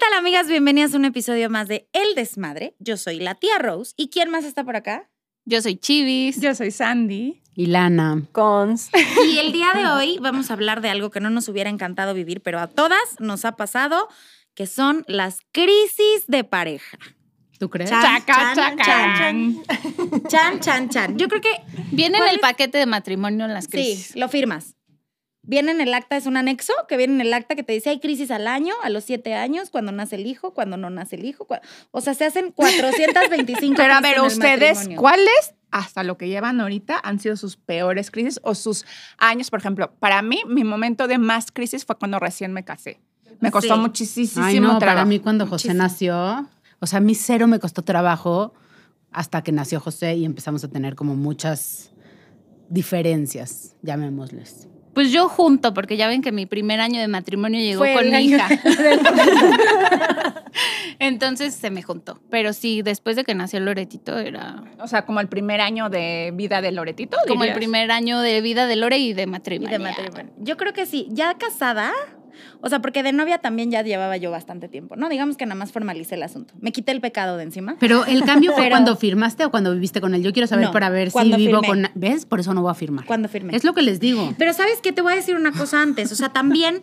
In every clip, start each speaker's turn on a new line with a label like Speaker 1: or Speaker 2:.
Speaker 1: tal, amigas? Bienvenidas a un episodio más de El Desmadre. Yo soy la tía Rose. ¿Y quién más está por acá?
Speaker 2: Yo soy Chivis.
Speaker 3: Yo soy Sandy.
Speaker 4: Y Lana.
Speaker 5: Cons.
Speaker 1: Y el día de hoy vamos a hablar de algo que no nos hubiera encantado vivir, pero a todas nos ha pasado, que son las crisis de pareja.
Speaker 2: ¿Tú crees?
Speaker 1: Chan,
Speaker 3: Chaca,
Speaker 1: chan,
Speaker 3: chaca.
Speaker 1: chan, chan. Chan, chan, chan. Yo creo que
Speaker 2: Viene en
Speaker 1: ¿Cuál
Speaker 2: el
Speaker 1: es?
Speaker 2: paquete de matrimonio las crisis.
Speaker 1: sí, lo firmas. Viene en el acta, es un anexo que viene en el acta que te dice hay crisis al año, a los siete años, cuando nace el hijo, cuando no nace el hijo. cua- O sea, se hacen 425
Speaker 3: Pero a
Speaker 1: crisis
Speaker 3: ver,
Speaker 1: en el
Speaker 3: ustedes,
Speaker 1: matrimonio.
Speaker 3: ¿cuáles, hasta lo que llevan ahorita, han sido sus peores crisis o sus años? Por ejemplo, para mí, mi momento de más crisis fue cuando recién me casé. Me costó
Speaker 1: Sí.
Speaker 3: muchísimo
Speaker 4: Ay,
Speaker 3: trabajo.
Speaker 4: no, para mí cuando José
Speaker 1: Muchísimo.
Speaker 4: nació, o sea, a mí cero me costó trabajo hasta que nació José y empezamos a tener como muchas diferencias, llamémosles.
Speaker 2: Pues yo junto, porque ya ven que mi primer año de matrimonio llegó
Speaker 1: Fue
Speaker 2: con
Speaker 1: el
Speaker 2: mi
Speaker 1: año-
Speaker 2: hija. Entonces se me juntó. Pero sí, después de que nació Loretito era
Speaker 3: O sea, como el primer año de vida de Loretito.
Speaker 2: como el
Speaker 3: dirías.
Speaker 2: primer año de vida de Lore y de
Speaker 1: Y
Speaker 2: matrimonio.
Speaker 1: de matrimonio. Yo creo que sí. Ya casada, o sea, porque de novia también ya llevaba yo bastante tiempo, ¿no? Digamos que nada más formalicé el asunto. Me quité el pecado de encima.
Speaker 4: Pero el cambio fue
Speaker 1: Pero-
Speaker 4: cuando firmaste o cuando viviste con él. Yo quiero saber
Speaker 1: No,
Speaker 4: para ver si
Speaker 1: cuando
Speaker 4: vivo
Speaker 1: firmé.
Speaker 4: con... ¿Ves? Por eso no voy a firmar.
Speaker 1: Cuando firmé.
Speaker 4: Es lo que les digo.
Speaker 1: Pero ¿sabes qué? Te voy a decir una cosa antes. O sea, también,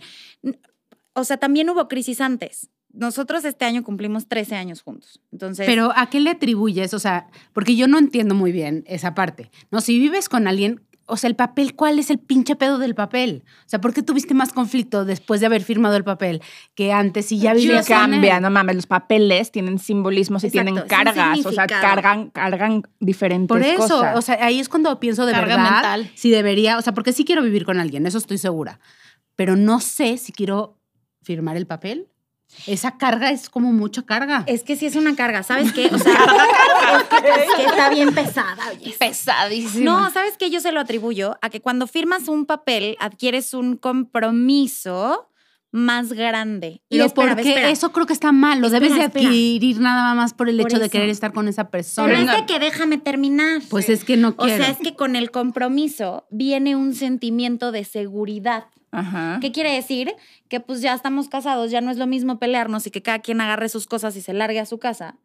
Speaker 1: o sea, también hubo crisis antes. Nosotros este año cumplimos 13 años juntos. Entonces,
Speaker 4: Pero ¿a qué le atribuyes? O sea, porque yo no entiendo muy bien esa parte. No, si vives con alguien, o sea, el papel, ¿cuál es el pinche pedo del papel? O sea, ¿por qué tuviste más conflicto después de haber firmado el papel que antes si ya
Speaker 3: Sí,
Speaker 4: vivías con él?
Speaker 3: cambia, no mames, los papeles tienen simbolismos y
Speaker 1: Exacto,
Speaker 3: tienen
Speaker 1: sí,
Speaker 3: cargas, o sea,
Speaker 1: significado.
Speaker 3: cargan, cargan diferentes
Speaker 4: Por eso,
Speaker 3: cosas.
Speaker 4: o sea, ahí es cuando pienso de
Speaker 2: Carga
Speaker 4: verdad
Speaker 2: mental.
Speaker 4: si debería, o sea, porque sí quiero vivir con alguien, eso estoy segura, pero no sé si quiero firmar el papel. Esa carga es como mucha carga.
Speaker 1: es que sí es una carga, ¿sabes qué? O sea, es que, es que está bien pesada, oye.
Speaker 2: Pesadísimo.
Speaker 1: No, ¿sabes qué? Yo se lo atribuyo a que cuando firmas un papel adquieres un compromiso más grande. Y
Speaker 4: Pero
Speaker 1: espera,
Speaker 4: porque
Speaker 1: espera.
Speaker 4: eso creo que está mal, lo
Speaker 1: Espera,
Speaker 4: debes de
Speaker 1: espera.
Speaker 4: adquirir nada más por el
Speaker 1: Por
Speaker 4: hecho de
Speaker 1: eso.
Speaker 4: querer estar con esa persona.
Speaker 1: Pero es
Speaker 3: no-
Speaker 1: de que déjame terminar.
Speaker 4: Pues es que no
Speaker 1: o
Speaker 4: quiero.
Speaker 1: sea, es que con el compromiso viene un sentimiento de seguridad.
Speaker 3: Ajá.
Speaker 1: ¿Qué quiere decir? Que pues ya estamos casados, ya no es lo mismo pelearnos y que cada quien agarre sus cosas y se largue a su casa.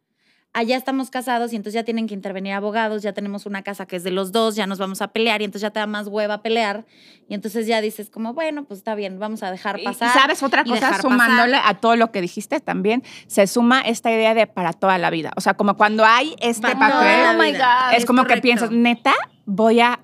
Speaker 1: Allá estamos casados y entonces ya tienen que intervenir abogados, ya tenemos una casa que es de los dos, ya nos vamos a pelear y entonces ya te da más hueva pelear y entonces ya dices como, bueno, pues está bien, vamos a dejar
Speaker 3: Y-
Speaker 1: pasar.
Speaker 3: y sabes otra
Speaker 1: y
Speaker 3: cosa,
Speaker 1: dejar
Speaker 3: sumándole a todo lo que dijiste también, se suma esta idea de para toda la vida. O sea, como cuando hay este
Speaker 1: Para toda
Speaker 3: papel,
Speaker 1: la
Speaker 2: Oh my
Speaker 1: vida.
Speaker 2: God.
Speaker 3: es, como
Speaker 1: correcto.
Speaker 3: que piensas, neta, voy a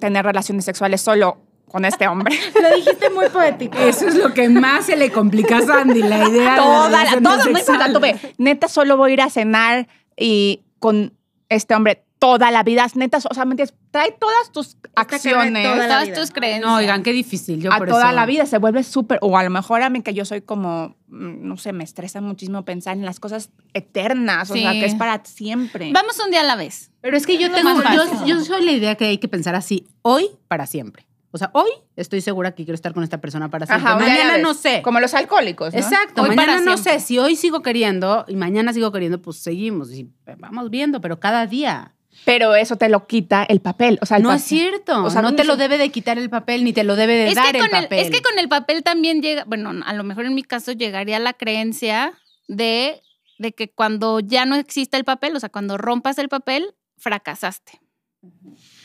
Speaker 3: tener relaciones sexuales solo con este hombre.
Speaker 1: Lo dijiste muy poético.
Speaker 4: Eso es lo que más se le complica a Sandy, la idea
Speaker 3: toda la,
Speaker 4: relación
Speaker 3: todo me
Speaker 4: sexual.
Speaker 3: tatué. Neta, solo voy a ir a cenar y con este hombre toda la vida. Neta, o sea, ¿me entiendes? Trae todas tus
Speaker 1: carga de
Speaker 3: acciones.
Speaker 1: toda la
Speaker 2: Todas
Speaker 1: vida.
Speaker 2: tus creencias.
Speaker 4: No, oigan, qué difícil. Yo
Speaker 3: a
Speaker 4: por
Speaker 3: toda
Speaker 4: eso-
Speaker 3: la vida se vuelve súper, o a lo mejor a mí que yo soy como, mm, no sé, me estresa muchísimo pensar en las cosas eternas, o sea,
Speaker 2: Sí.
Speaker 3: que es para siempre.
Speaker 2: Vamos un día a la vez.
Speaker 4: Pero es que yo
Speaker 2: Lo
Speaker 4: tengo,
Speaker 2: más
Speaker 4: yo,
Speaker 2: fácil.
Speaker 4: yo soy la idea que hay que pensar así, hoy para siempre. O sea, hoy estoy segura que quiero estar con esta persona para siempre.
Speaker 3: o sea, ya
Speaker 4: mañana
Speaker 3: ves,
Speaker 4: no sé.
Speaker 3: Como los alcohólicos. ¿no?
Speaker 4: Exacto,
Speaker 2: Hoy
Speaker 4: mañana
Speaker 2: para
Speaker 4: no
Speaker 2: siempre.
Speaker 4: sé. Si hoy sigo queriendo y mañana sigo queriendo, pues seguimos y vamos viendo, pero cada día.
Speaker 3: Pero eso te lo quita el papel. O sea, el
Speaker 4: no
Speaker 3: pa-
Speaker 4: es cierto.
Speaker 3: O sea,
Speaker 4: no
Speaker 3: no
Speaker 4: te lo
Speaker 3: sé-
Speaker 4: debe de quitar el papel ni te lo debe de
Speaker 2: Es
Speaker 4: dar
Speaker 2: que, con
Speaker 4: el
Speaker 2: el,
Speaker 4: papel.
Speaker 2: es que con el papel también llega, bueno, a lo mejor en mi caso llegaría la creencia de, de que cuando ya no exista el papel, o sea, cuando rompas el papel, fracasaste.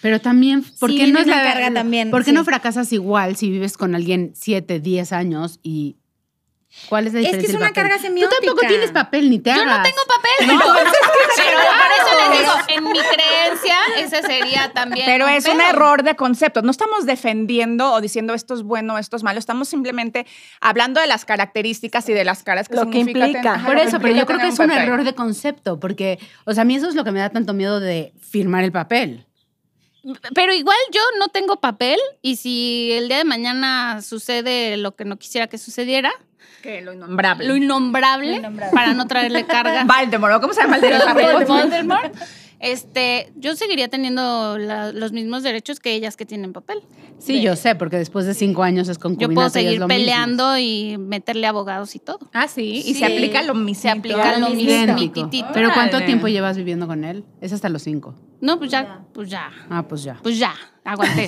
Speaker 4: Pero también, ¿por
Speaker 1: Sí,
Speaker 4: qué
Speaker 1: viene
Speaker 4: no es
Speaker 1: una
Speaker 4: la
Speaker 1: carga también,
Speaker 4: ¿Por qué
Speaker 1: sí.
Speaker 4: no fracasas igual si vives con alguien 7, 10 años y cuál es la
Speaker 1: Es que
Speaker 4: diferencia?
Speaker 1: es
Speaker 4: del
Speaker 1: una
Speaker 4: papel?
Speaker 1: carga semiótica.
Speaker 4: Tú tampoco tienes papel ni te
Speaker 2: Yo no
Speaker 4: hagas.
Speaker 2: tengo papel, pero, pero por eso les digo, en mi creencia, esa sería también.
Speaker 3: Pero es un
Speaker 2: pedo.
Speaker 3: error de concepto. No estamos defendiendo o diciendo esto es bueno, esto es malo. Estamos simplemente hablando de las características y de las caras que
Speaker 5: Lo que
Speaker 3: significa
Speaker 5: implica.
Speaker 3: tener- ajá,
Speaker 4: Por
Speaker 3: lo
Speaker 4: eso, pero
Speaker 3: implica
Speaker 4: yo creo que
Speaker 3: tener
Speaker 4: es un
Speaker 3: papel.
Speaker 4: error de concepto, porque, o sea, a mí eso es lo que me da tanto miedo de firmar el papel.
Speaker 2: Pero igual yo no tengo papel y si el día de mañana sucede lo que no quisiera que sucediera,
Speaker 3: Que lo innombrable.
Speaker 2: lo innombrable, para no traerle carga.
Speaker 3: Voldemort, ¿o ¿cómo se llama el de los
Speaker 2: Voldemort.
Speaker 3: Harry Potter?
Speaker 2: Voldemort, Este, yo seguiría teniendo la- los mismos derechos que ellas que tienen papel.
Speaker 4: Sí, yo sé, porque después de cinco años es
Speaker 2: Yo
Speaker 4: concubinato
Speaker 2: puedo
Speaker 4: y es
Speaker 2: seguir
Speaker 4: lo mismo.
Speaker 2: peleando y meterle abogados y todo.
Speaker 3: Ah, sí. Y
Speaker 2: Sí.
Speaker 3: se aplica Ah, lo mismo.
Speaker 2: Se aplica lo
Speaker 4: Idéntico.
Speaker 2: mismo.
Speaker 4: Pero ¿cuánto
Speaker 3: Órale.
Speaker 4: tiempo llevas viviendo con él? Es hasta los cinco.
Speaker 2: No, pues ya, pues ya,
Speaker 4: Ah, pues ya.
Speaker 2: pues ya, aguanté.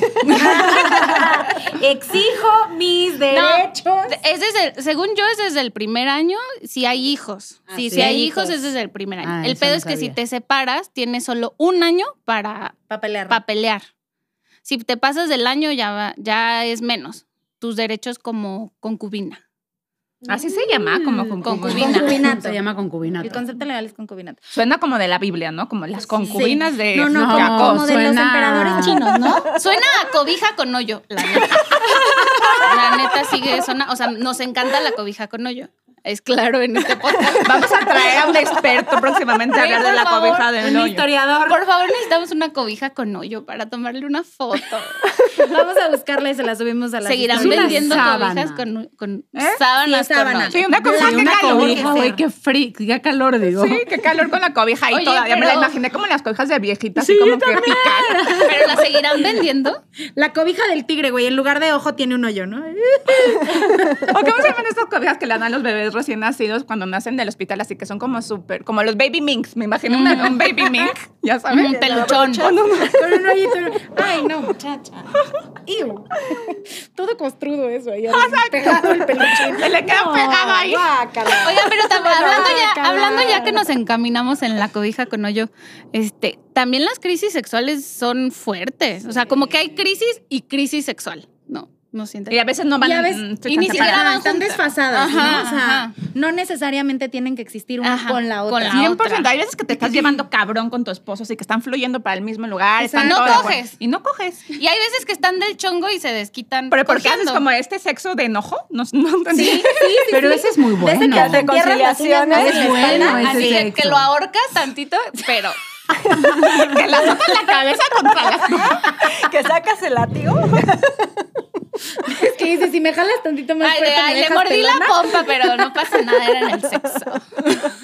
Speaker 1: Exijo mis derechos.
Speaker 2: Es desde- según yo, es desde el primer año si hay hijos.
Speaker 4: Ah,
Speaker 2: sí,
Speaker 4: sí.
Speaker 2: si hay
Speaker 1: Hijos.
Speaker 2: hijos es desde el primer año.
Speaker 4: Ah,
Speaker 2: el
Speaker 4: eso
Speaker 2: pedo
Speaker 4: no
Speaker 2: es que si
Speaker 4: sabía.
Speaker 2: te separas, tienes solo un año para
Speaker 1: Para pelear.
Speaker 2: papelear. Si te pasas del año, ya, va- ya es menos. Tus derechos como concubina.
Speaker 3: Así se llama, como concubina.
Speaker 2: Mm, Concubina.
Speaker 1: Concubinato.
Speaker 4: Se llama
Speaker 1: El
Speaker 4: concubinato.
Speaker 1: concepto legal es concubinato.
Speaker 3: Suena como de la Biblia, ¿no? Como las concubinas de
Speaker 1: No, no,
Speaker 4: No,
Speaker 1: como,
Speaker 3: Jacob.
Speaker 1: como de los
Speaker 4: suena-
Speaker 1: emperadores chinos, ¿no?
Speaker 2: Suena a cobija con hoyo, la neta. La neta sigue suena, o sea, nos encanta la cobija con hoyo. Es claro en este podcast.
Speaker 3: Vamos a traer a un experto próximamente a
Speaker 2: Sí,
Speaker 3: hablar de
Speaker 2: por
Speaker 3: la
Speaker 2: favor,
Speaker 3: cobija del
Speaker 1: Un
Speaker 3: hoyo.
Speaker 1: historiador.
Speaker 2: Por favor, necesitamos una cobija con hoyo para tomarle una foto.
Speaker 1: Vamos a buscarla y se la subimos a la
Speaker 2: Seguirán
Speaker 4: Es una
Speaker 2: vendiendo
Speaker 4: sábana.
Speaker 2: cobijas con, con
Speaker 3: ¿Eh?
Speaker 2: sábanas.
Speaker 1: Sí,
Speaker 2: con
Speaker 1: sábana.
Speaker 2: hoyo.
Speaker 3: Sí, una cobija
Speaker 4: Sí,
Speaker 3: que
Speaker 4: una
Speaker 3: calor.
Speaker 4: cobija,
Speaker 1: que
Speaker 4: güey,
Speaker 1: sea.
Speaker 4: qué frío, qué calor, digo.
Speaker 3: Sí, qué calor con la cobija y
Speaker 2: Oye,
Speaker 3: todavía me la
Speaker 2: pero-
Speaker 3: imaginé como las cobijas de viejita, así como que pican.
Speaker 2: Pero la seguirán vendiendo.
Speaker 1: La cobija del tigre, güey. En lugar de ojo tiene un hoyo, ¿no?
Speaker 3: ¿O cómo se llaman estas cobijas que le dan a los bebés recién nacidos cuando nacen del hospital? Así que son como súper, como los baby minks. Me imagino una- un baby mink, ya sabes.
Speaker 2: Un peluchón.
Speaker 1: Con un hoyito. Ay, no, muchacha. Iu. Todo costrudo eso ahí. Pegado el peluchín.
Speaker 3: Se le queda pegado ahí.
Speaker 1: Guácala.
Speaker 2: Oiga, pero tam- hablando, ya,
Speaker 1: Guácala.
Speaker 2: hablando ya que nos encaminamos en la cobija con hoyo, este, también las crisis sexuales son fuertes. O sea, como que hay crisis y crisis sexual. No, no sienten.
Speaker 3: Y a veces no van.
Speaker 1: Y a veces-
Speaker 3: mm, se
Speaker 2: y
Speaker 3: están
Speaker 2: ni siquiera
Speaker 3: separadas.
Speaker 2: van
Speaker 1: están
Speaker 2: juntas.
Speaker 1: desfasadas,
Speaker 2: Ajá,
Speaker 1: ¿no? O sea,
Speaker 2: ajá.
Speaker 1: no necesariamente tienen que existir una
Speaker 2: Ajá,
Speaker 1: con la
Speaker 2: con
Speaker 1: otra.
Speaker 2: la
Speaker 3: 100%.
Speaker 2: otra.
Speaker 3: Hay veces que te estás llevando cabrón con tu esposo, así que están fluyendo para el mismo lugar.
Speaker 1: Exacto.
Speaker 3: están
Speaker 2: No
Speaker 3: todos de acuerdo.
Speaker 2: coges.
Speaker 3: Y no coges.
Speaker 2: Y hay veces que están del chongo y se desquitan.
Speaker 3: Pero ¿por qué haces
Speaker 2: cogiendo.
Speaker 3: como este sexo de enojo? No, no entendí.
Speaker 4: Pero ese es muy bueno.
Speaker 1: Desde que te entierran las uñas más
Speaker 5: Reconciliaciones.
Speaker 1: en la
Speaker 4: Es
Speaker 1: espalda,
Speaker 4: bueno ese
Speaker 2: Así que,
Speaker 4: sexo.
Speaker 2: que lo ahorcas tantito, pero
Speaker 3: que la azotan la cabeza contra la
Speaker 5: Que sacas el látigo.
Speaker 1: Es que dices, si me jalas tantito más
Speaker 2: ay, de,
Speaker 1: fuerte, me
Speaker 2: ay, le
Speaker 1: dejas
Speaker 2: mordí
Speaker 1: pelona.
Speaker 2: la pompa, pero no pasa nada, era en el sexo.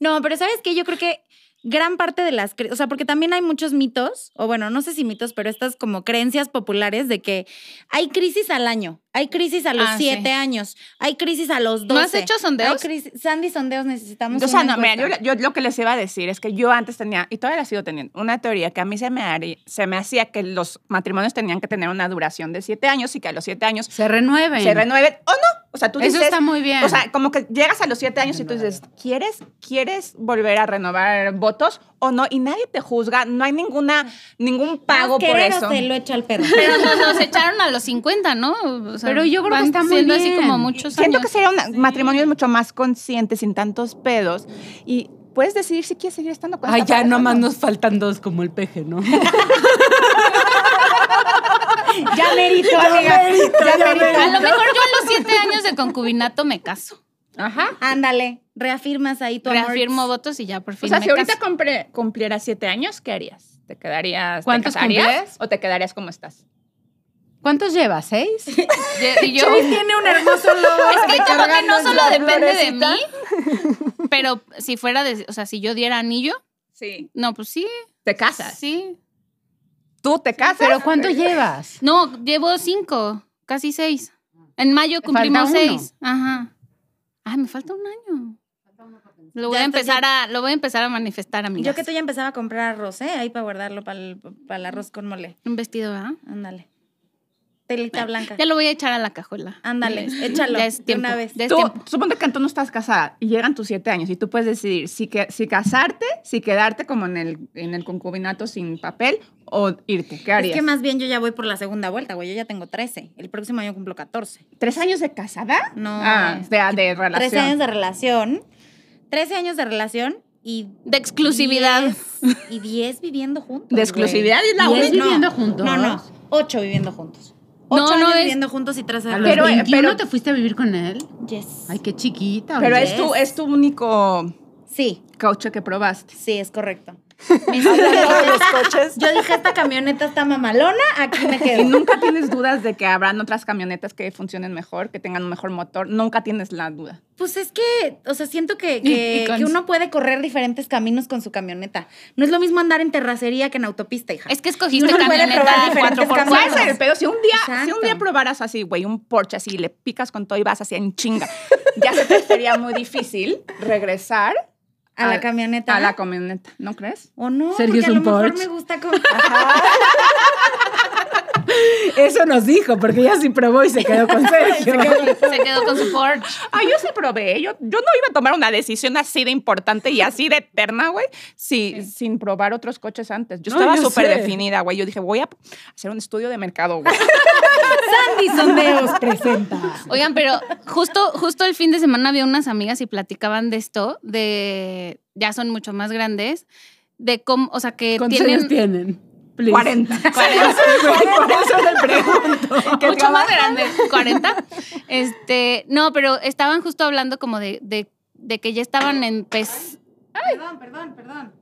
Speaker 1: No, pero ¿sabes qué? Yo creo que gran parte de las... cre- O sea, porque también hay muchos mitos, o bueno, no sé si mitos, pero estas como creencias populares de que hay crisis al año, hay crisis a los
Speaker 2: Ah, sí.
Speaker 1: siete años, hay crisis a los 12.
Speaker 2: ¿No has hecho sondeos?
Speaker 1: hay crisis- Sandy, sondeos necesitamos
Speaker 3: O sea,
Speaker 1: una
Speaker 3: no, mira,
Speaker 1: encuesta.
Speaker 3: yo, yo lo que les iba a decir es que yo antes tenía, y todavía la sigo teniendo, una teoría que a mí se me, haría- se me hacía que los matrimonios tenían que tener una duración de siete años y que a los siete años
Speaker 4: Se renueven.
Speaker 3: se renueven o no. O sea, tú
Speaker 4: Eso
Speaker 3: dices...
Speaker 4: está muy bien.
Speaker 3: O sea, como que llegas a los siete años y tú dices, ¿quieres, ¿quieres volver a renovar votos o no? Y nadie te juzga, no hay ninguna, ningún pago por
Speaker 1: Masquerero
Speaker 3: eso.
Speaker 1: se lo echa al perro.
Speaker 2: Pero nos los echaron a los 50, ¿no? O sea,
Speaker 4: Pero yo creo que
Speaker 2: van
Speaker 4: está muy
Speaker 2: siendo así
Speaker 4: bien.
Speaker 2: como muchos
Speaker 3: Siento que
Speaker 2: años.
Speaker 3: sería un matrimonio mucho más consciente, sin tantos pedos. Y puedes decidir si quieres seguir estando con
Speaker 4: Ay,
Speaker 3: esta
Speaker 4: ya
Speaker 3: pareja o
Speaker 4: nomás
Speaker 3: no.
Speaker 4: nos faltan dos como el peje, ¿no?
Speaker 1: ya merito, amiga.
Speaker 5: Ya
Speaker 2: A lo mejor yo a los 7 años de concubinato me caso.
Speaker 3: Ajá.
Speaker 1: Ándale, reafirmas ahí tu amor.
Speaker 2: Reafirmo votos y ya por fin
Speaker 3: O sea,
Speaker 2: me
Speaker 3: si ahorita
Speaker 2: caso.
Speaker 3: compre- cumplieras siete años, ¿qué harías? ¿Te quedarías?
Speaker 4: ¿Cuántos
Speaker 3: te casarías
Speaker 4: cumples?
Speaker 3: ¿O te quedarías como estás?
Speaker 4: ¿Cuántos llevas? ¿Seis?
Speaker 2: Yo- y yo-
Speaker 1: tiene un hermoso lobo.
Speaker 2: es que yo creo que no solo
Speaker 5: la
Speaker 2: depende de
Speaker 5: florecita.
Speaker 2: mí, pero si fuera de, o sea, si yo diera anillo,
Speaker 3: Sí.
Speaker 2: no, pues sí,
Speaker 3: ¿Te casas?
Speaker 2: sí.
Speaker 3: ¿Tú te casas?
Speaker 4: ¿Pero cuánto llevas?
Speaker 2: No, llevo cinco, casi seis. En mayo
Speaker 4: Te
Speaker 2: cumplimos
Speaker 4: falta uno.
Speaker 2: seis. Ajá. Ay, me falta un año. Lo voy
Speaker 1: Ya
Speaker 2: a
Speaker 1: estás
Speaker 2: empezar a, lo voy a empezar a manifestar, amigas.
Speaker 1: Yo que tú ya empezaba a comprar arroz, ¿eh? Ahí para guardarlo para el, para el arroz con mole.
Speaker 2: Un vestido, ¿verdad?
Speaker 1: Ándale. Telita blanca.
Speaker 2: Ya lo voy a echar a la cajuela.
Speaker 1: Ándale,
Speaker 2: Ya es-
Speaker 1: échalo,
Speaker 2: Ya es
Speaker 1: de
Speaker 2: tiempo.
Speaker 1: una vez.
Speaker 2: ya es
Speaker 3: Tú,
Speaker 2: tiempo.
Speaker 1: Este,
Speaker 3: suponte que tú no estás casada y llegan tus siete años y tú puedes decidir si, que, si casarte, si quedarte como en el, en el concubinato sin papel o irte. ¿Qué
Speaker 1: Es
Speaker 3: harías?
Speaker 1: que más bien yo ya voy por la segunda vuelta, güey. Yo ya tengo 13. El próximo año cumplo 14.
Speaker 3: ¿Tres años de casada?
Speaker 1: No.
Speaker 3: Ah, de,
Speaker 1: 13
Speaker 3: de relación.
Speaker 1: años de relación. 13 años de relación y.
Speaker 2: De exclusividad.
Speaker 1: 10 y 10 viviendo juntos.
Speaker 3: De
Speaker 1: güey.
Speaker 3: exclusividad es la
Speaker 4: ¿Diez
Speaker 3: única.
Speaker 4: viviendo juntos?
Speaker 1: No, no. 8 viviendo juntos.
Speaker 2: No,
Speaker 1: 8
Speaker 2: no
Speaker 1: años
Speaker 2: es-
Speaker 1: viviendo juntos y 13 de
Speaker 4: ¿A los
Speaker 3: Pero-
Speaker 1: relación.
Speaker 4: 21
Speaker 3: pero-
Speaker 4: te fuiste a vivir con él?
Speaker 1: Yes.
Speaker 4: Ay, qué chiquita.
Speaker 3: Pero
Speaker 4: oye.
Speaker 3: es tu, es tu único
Speaker 1: Sí,
Speaker 3: caucho que probaste.
Speaker 1: sí, es correcto.
Speaker 5: Hablando de los coches.
Speaker 1: Yo dije, esta camioneta está mamalona, aquí me
Speaker 3: Y
Speaker 1: quedo.
Speaker 3: nunca tienes dudas de que habrán otras camionetas que funcionen mejor, que tengan un mejor motor. Nunca tienes la duda.
Speaker 1: Pues es que, o sea, siento que,
Speaker 2: Y-
Speaker 1: que,
Speaker 2: y con-
Speaker 1: que uno puede correr diferentes caminos con su camioneta. No es lo mismo andar en terracería que en autopista, hija.
Speaker 2: Es que escogiste
Speaker 1: Uno puede probar
Speaker 2: camioneta
Speaker 1: diferentes
Speaker 2: 4x4.
Speaker 1: caminos.
Speaker 3: ¿Cuál es el pedo? Si un día, si un día
Speaker 1: Exacto.
Speaker 3: probaras así, güey, un Porsche así, le picas con todo y vas así en chinga, ya se te sería muy difícil regresar
Speaker 1: a la camioneta.
Speaker 3: A la camioneta, ¿no crees?
Speaker 1: ¿O no?
Speaker 4: Sergio
Speaker 1: porque
Speaker 4: es
Speaker 1: a lo
Speaker 4: un
Speaker 1: mejor
Speaker 4: Porsche.
Speaker 1: me gusta como...
Speaker 4: Eso nos dijo, porque ella sí probó y se quedó con Sergio.
Speaker 2: Se quedó con su Porsche.
Speaker 3: Ah, yo sí probé. Yo, yo no iba a tomar una decisión así de importante y así de eterna, güey, si- sin probar otros coches antes. Yo
Speaker 4: No,
Speaker 3: estaba
Speaker 4: yo
Speaker 3: súper
Speaker 4: sé.
Speaker 3: definida, güey. Yo dije, voy a hacer un estudio de mercado, güey.
Speaker 4: Sandy Sondeos presenta.
Speaker 2: Oigan, pero justo, justo el fin de semana había unas amigas y platicaban de esto, de ya son mucho más grandes, de cómo, o sea, que
Speaker 4: ¿Cuántos
Speaker 2: tienen
Speaker 4: años tienen? Please.
Speaker 3: 40.
Speaker 4: Por eso le pregunto.
Speaker 2: mucho más grandes, 40. Este, no, pero estaban justo hablando como de, de, de que ya estaban en pues,
Speaker 1: perdón, perdón, perdón.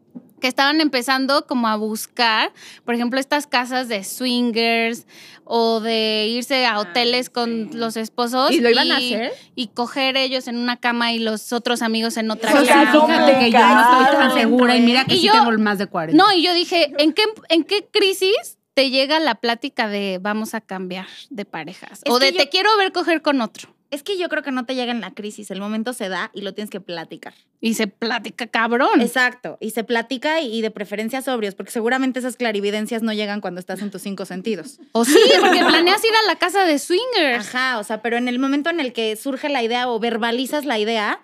Speaker 2: que estaban empezando como a buscar, por ejemplo, estas casas de swingers o de irse
Speaker 1: Ah,
Speaker 2: a hoteles con los esposos.
Speaker 3: ¿Y lo iban a hacer?
Speaker 2: Y coger ellos en una cama y los otros amigos en otra
Speaker 4: Eso sí,
Speaker 2: cama.
Speaker 4: fíjate que yo no estoy tan
Speaker 5: Complicado.
Speaker 4: segura y mira que
Speaker 2: Y
Speaker 4: sí
Speaker 2: yo-
Speaker 4: tengo más de 40.
Speaker 2: No, y yo dije, ¿en qué, ¿en qué crisis te llega la plática de vamos a cambiar de parejas?
Speaker 1: Es
Speaker 2: o
Speaker 1: que
Speaker 2: de
Speaker 1: yo-
Speaker 2: te quiero ver coger con otro.
Speaker 1: Es que yo creo que no te llega en la crisis, el momento se da y lo tienes que platicar.
Speaker 2: Y se platica cabrón.
Speaker 1: Exacto, y se platica y, y de preferencia sobrios, porque seguramente esas clarividencias no llegan cuando estás en tus cinco sentidos.
Speaker 2: O sí, porque planeas ir a la casa de swingers.
Speaker 1: Ajá, o sea, pero en el momento en el que surge la idea o verbalizas la idea,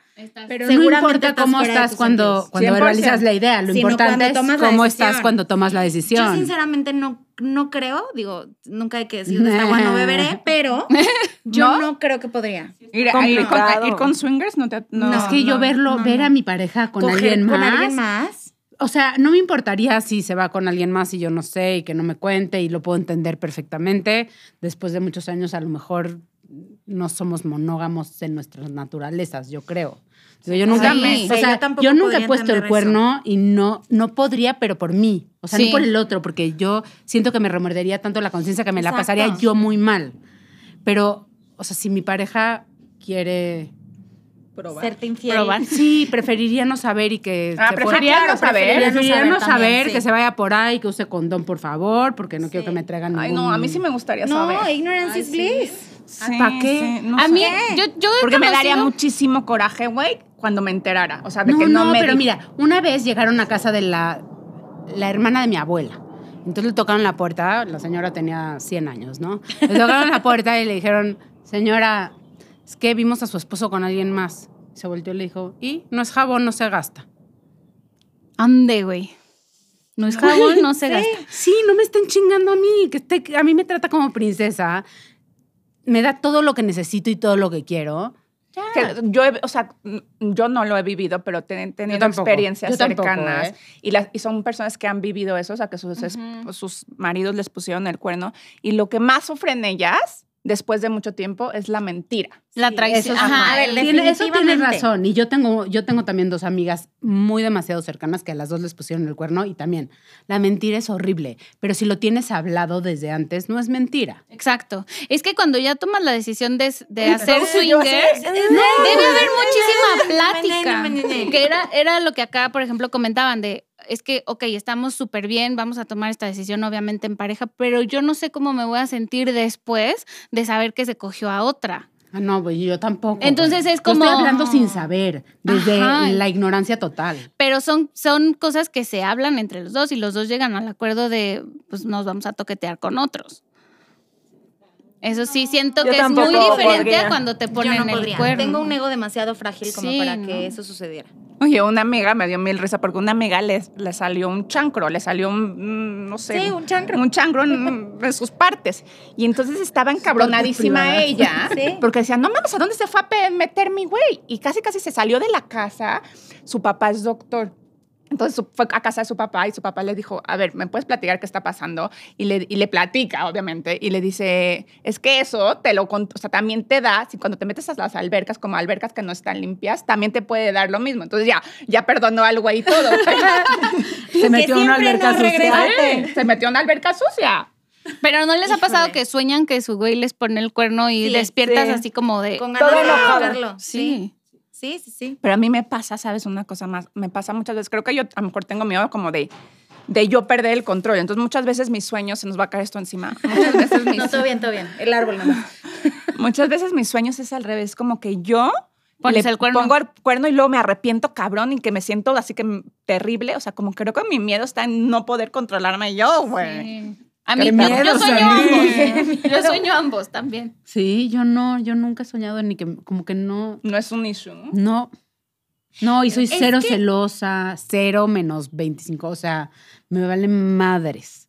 Speaker 4: Pero no
Speaker 1: seguramente
Speaker 4: importa
Speaker 1: estás
Speaker 4: cómo
Speaker 1: fuera de
Speaker 4: estás
Speaker 1: tus
Speaker 4: cuando,
Speaker 1: sentidos.
Speaker 4: cuando
Speaker 3: 100%.
Speaker 4: verbalizas la idea. Lo
Speaker 1: Sino
Speaker 4: importante
Speaker 1: cuando tomas
Speaker 4: es
Speaker 1: la
Speaker 4: cómo
Speaker 1: decisión.
Speaker 4: estás cuando tomas la
Speaker 1: yo
Speaker 4: decisión.
Speaker 1: sinceramente no, no creo, digo, nunca hay que decir de esta agua no beberé, pero yo
Speaker 3: ¿No?
Speaker 1: ¿No? creo que podría.
Speaker 3: Ir, a- ir con,
Speaker 5: Complicado.
Speaker 3: ir con swingers no te... No.
Speaker 1: No.
Speaker 4: es que yo verlo, ver a mi pareja con,
Speaker 1: Coger
Speaker 4: alguien,
Speaker 1: con
Speaker 4: más,
Speaker 1: alguien más.
Speaker 4: O sea, no me importaría si se va con alguien más y yo no sé y que no me cuente y lo puedo entender perfectamente. Después de muchos años, a lo mejor no somos monógamos en nuestras naturalezas, yo creo. O sea, yo nunca,
Speaker 2: Sí.
Speaker 4: o sea,
Speaker 1: Sí, yo
Speaker 4: yo
Speaker 1: tampoco
Speaker 4: nunca he
Speaker 1: podría
Speaker 4: puesto el
Speaker 1: entender
Speaker 4: cuerno y no, no podría, pero por mí. O sea,
Speaker 2: Sí.
Speaker 4: no por el otro, porque yo siento que me remordería tanto la conciencia que me la
Speaker 1: Exacto.
Speaker 4: pasaría yo muy mal. Pero, o sea, si mi pareja quiere...
Speaker 1: Serte infiel.
Speaker 2: Probar.
Speaker 4: Sí, preferiría no saber y que...
Speaker 3: Ah,
Speaker 4: se fuera.
Speaker 3: prefería
Speaker 1: Claro,
Speaker 3: no saber.
Speaker 1: preferiría
Speaker 4: Preferiría no saber,
Speaker 1: también, sí.
Speaker 4: que se vaya por ahí, que use condón, por favor, porque no quiero que me traigan
Speaker 3: Ay, no, a mí sí me gustaría saber.
Speaker 1: No, ignorance is bliss.
Speaker 3: Sí,
Speaker 4: ¿pa' qué?
Speaker 3: no
Speaker 2: a
Speaker 3: sé.
Speaker 2: mí, yo, yo he
Speaker 3: Porque me daría
Speaker 2: conocido-
Speaker 3: muchísimo coraje, güey, cuando me enterara. O sea, de
Speaker 4: No,
Speaker 3: que no,
Speaker 4: no,
Speaker 3: me
Speaker 4: pero
Speaker 3: di-
Speaker 4: mira, una vez llegaron a casa de la, la hermana de mi abuela. Entonces le tocaron la puerta, la señora tenía 100 años, ¿no? Le tocaron la puerta y le dijeron, señora, es que vimos a su esposo con alguien más. Se volteó y le dijo, y no es jabón, no se gasta.
Speaker 2: Ande, güey. No es jabón, no se gasta.
Speaker 4: Sí, no me estén chingando a mí, que esté- que a mí me trata como princesa. Me da todo lo que necesito y todo lo que quiero.
Speaker 3: Que yo, he- o sea, n- yo no lo he vivido, pero ten- teniendo
Speaker 4: tampoco,
Speaker 3: experiencias
Speaker 4: yo tampoco,
Speaker 3: cercanas
Speaker 4: ¿eh?
Speaker 3: y, las, y son personas que han vivido eso, o sea, que sus, es- pues, sus maridos les pusieron el cuerno y lo que más sufren ellas después de mucho tiempo es la mentira.
Speaker 2: La traición.
Speaker 1: eso es
Speaker 2: Ajá.
Speaker 1: mal. A ver,
Speaker 4: Tiene- eso tiene
Speaker 1: Definitivamente.
Speaker 4: razón. Y yo tengo, yo tengo también dos amigas muy demasiado cercanas que a las dos les pusieron el cuerno y también la mentira es horrible. Pero si lo tienes hablado desde antes, no es mentira.
Speaker 2: Exacto. Es que cuando ya tomas la decisión de, de hacer
Speaker 5: Entonces, yo
Speaker 2: swingers,
Speaker 5: sé-
Speaker 2: debe haber muchísima
Speaker 1: no, no, no,
Speaker 2: plática.
Speaker 1: no.
Speaker 2: Que era, era lo que acá, por ejemplo, comentaban de, es que, ok, estamos súper bien, vamos a tomar esta decisión obviamente en pareja, pero yo no sé cómo me voy a sentir después de saber que se cogió a otra.
Speaker 4: Ah, no, pues yo tampoco.
Speaker 2: Entonces
Speaker 4: güey.
Speaker 2: es
Speaker 4: Yo
Speaker 2: como-
Speaker 4: estoy hablando sin saber, desde
Speaker 2: Ajá.
Speaker 4: la ignorancia total.
Speaker 2: Pero son, son cosas que se hablan entre los dos y los dos llegan al acuerdo de, pues nos vamos a toquetear con otros. Eso sí, siento
Speaker 5: Yo
Speaker 2: que es muy
Speaker 5: tampoco
Speaker 2: diferente a
Speaker 5: podría.
Speaker 2: cuando te
Speaker 1: Yo
Speaker 2: ponen
Speaker 1: no
Speaker 2: el
Speaker 1: podría.
Speaker 2: cuerno.
Speaker 1: Tengo un ego demasiado frágil como
Speaker 2: Sí,
Speaker 1: para
Speaker 2: no.
Speaker 1: que eso sucediera.
Speaker 3: Oye, una amiga me dio mil risa porque una amiga le, le salió un chancro, le salió un, mm, no sé.
Speaker 1: Sí, un chancro.
Speaker 3: Un chancro en, en sus partes. Y entonces estaba encabronadísima
Speaker 4: partes
Speaker 3: ella,
Speaker 1: Sí.
Speaker 3: porque decía, no mames, ¿a dónde se fue a pe- meter mi güey? Y casi, casi se salió de la casa. Su papá es doctor. Entonces su- fue a casa de su papá y su papá le dijo, a ver, ¿me puedes platicar qué está pasando? Y le, y le platica, obviamente, y le dice, es que eso te lo, con- o sea, también te da, si cuando te metes a las albercas, como albercas que no están limpias, también te puede dar lo mismo. Entonces ya, ya perdonó al güey y todo.
Speaker 4: Se metió en una
Speaker 1: siempre
Speaker 4: alberca
Speaker 1: no
Speaker 4: sucia.
Speaker 1: regresa.
Speaker 3: Ay, se metió en una alberca sucia.
Speaker 2: Pero no les ha pasado
Speaker 1: Híjole.
Speaker 2: que sueñan que su güey les pone el cuerno y
Speaker 1: Sí,
Speaker 2: despiertas
Speaker 5: sí.
Speaker 2: así como de.
Speaker 1: Con
Speaker 5: Todo
Speaker 1: ganas de
Speaker 5: enojado.
Speaker 1: tocarlo. Sí.
Speaker 2: ¿Eh? sí.
Speaker 1: Sí, sí, sí.
Speaker 3: Pero a mí me pasa, ¿sabes? Una cosa más. Me pasa muchas veces. Creo que yo a lo mejor tengo miedo como de, de yo perder el control. Entonces, muchas veces mis sueños se nos va a caer esto encima. Muchas veces mis,
Speaker 1: No, todo bien, todo bien. El árbol nomás.
Speaker 3: muchas veces mis sueños es al revés. Como que yo
Speaker 2: Pones
Speaker 3: le
Speaker 2: el cuerno.
Speaker 3: pongo el cuerno y luego me arrepiento cabrón y que me siento así que m- terrible. O sea, como creo que mi miedo está en no poder controlarme yo, güey.
Speaker 2: Sí. A mí,
Speaker 4: Qué miedo,
Speaker 2: yo sueño
Speaker 4: Sammy.
Speaker 2: ambos. Yo sueño ambos también.
Speaker 4: Sí, yo no, yo nunca he soñado ni que, como que no,
Speaker 3: No es un issue. ¿no?
Speaker 4: no, no, y soy
Speaker 2: Es
Speaker 4: cero
Speaker 2: que-
Speaker 4: celosa, cero menos 25, o sea, me valen madres.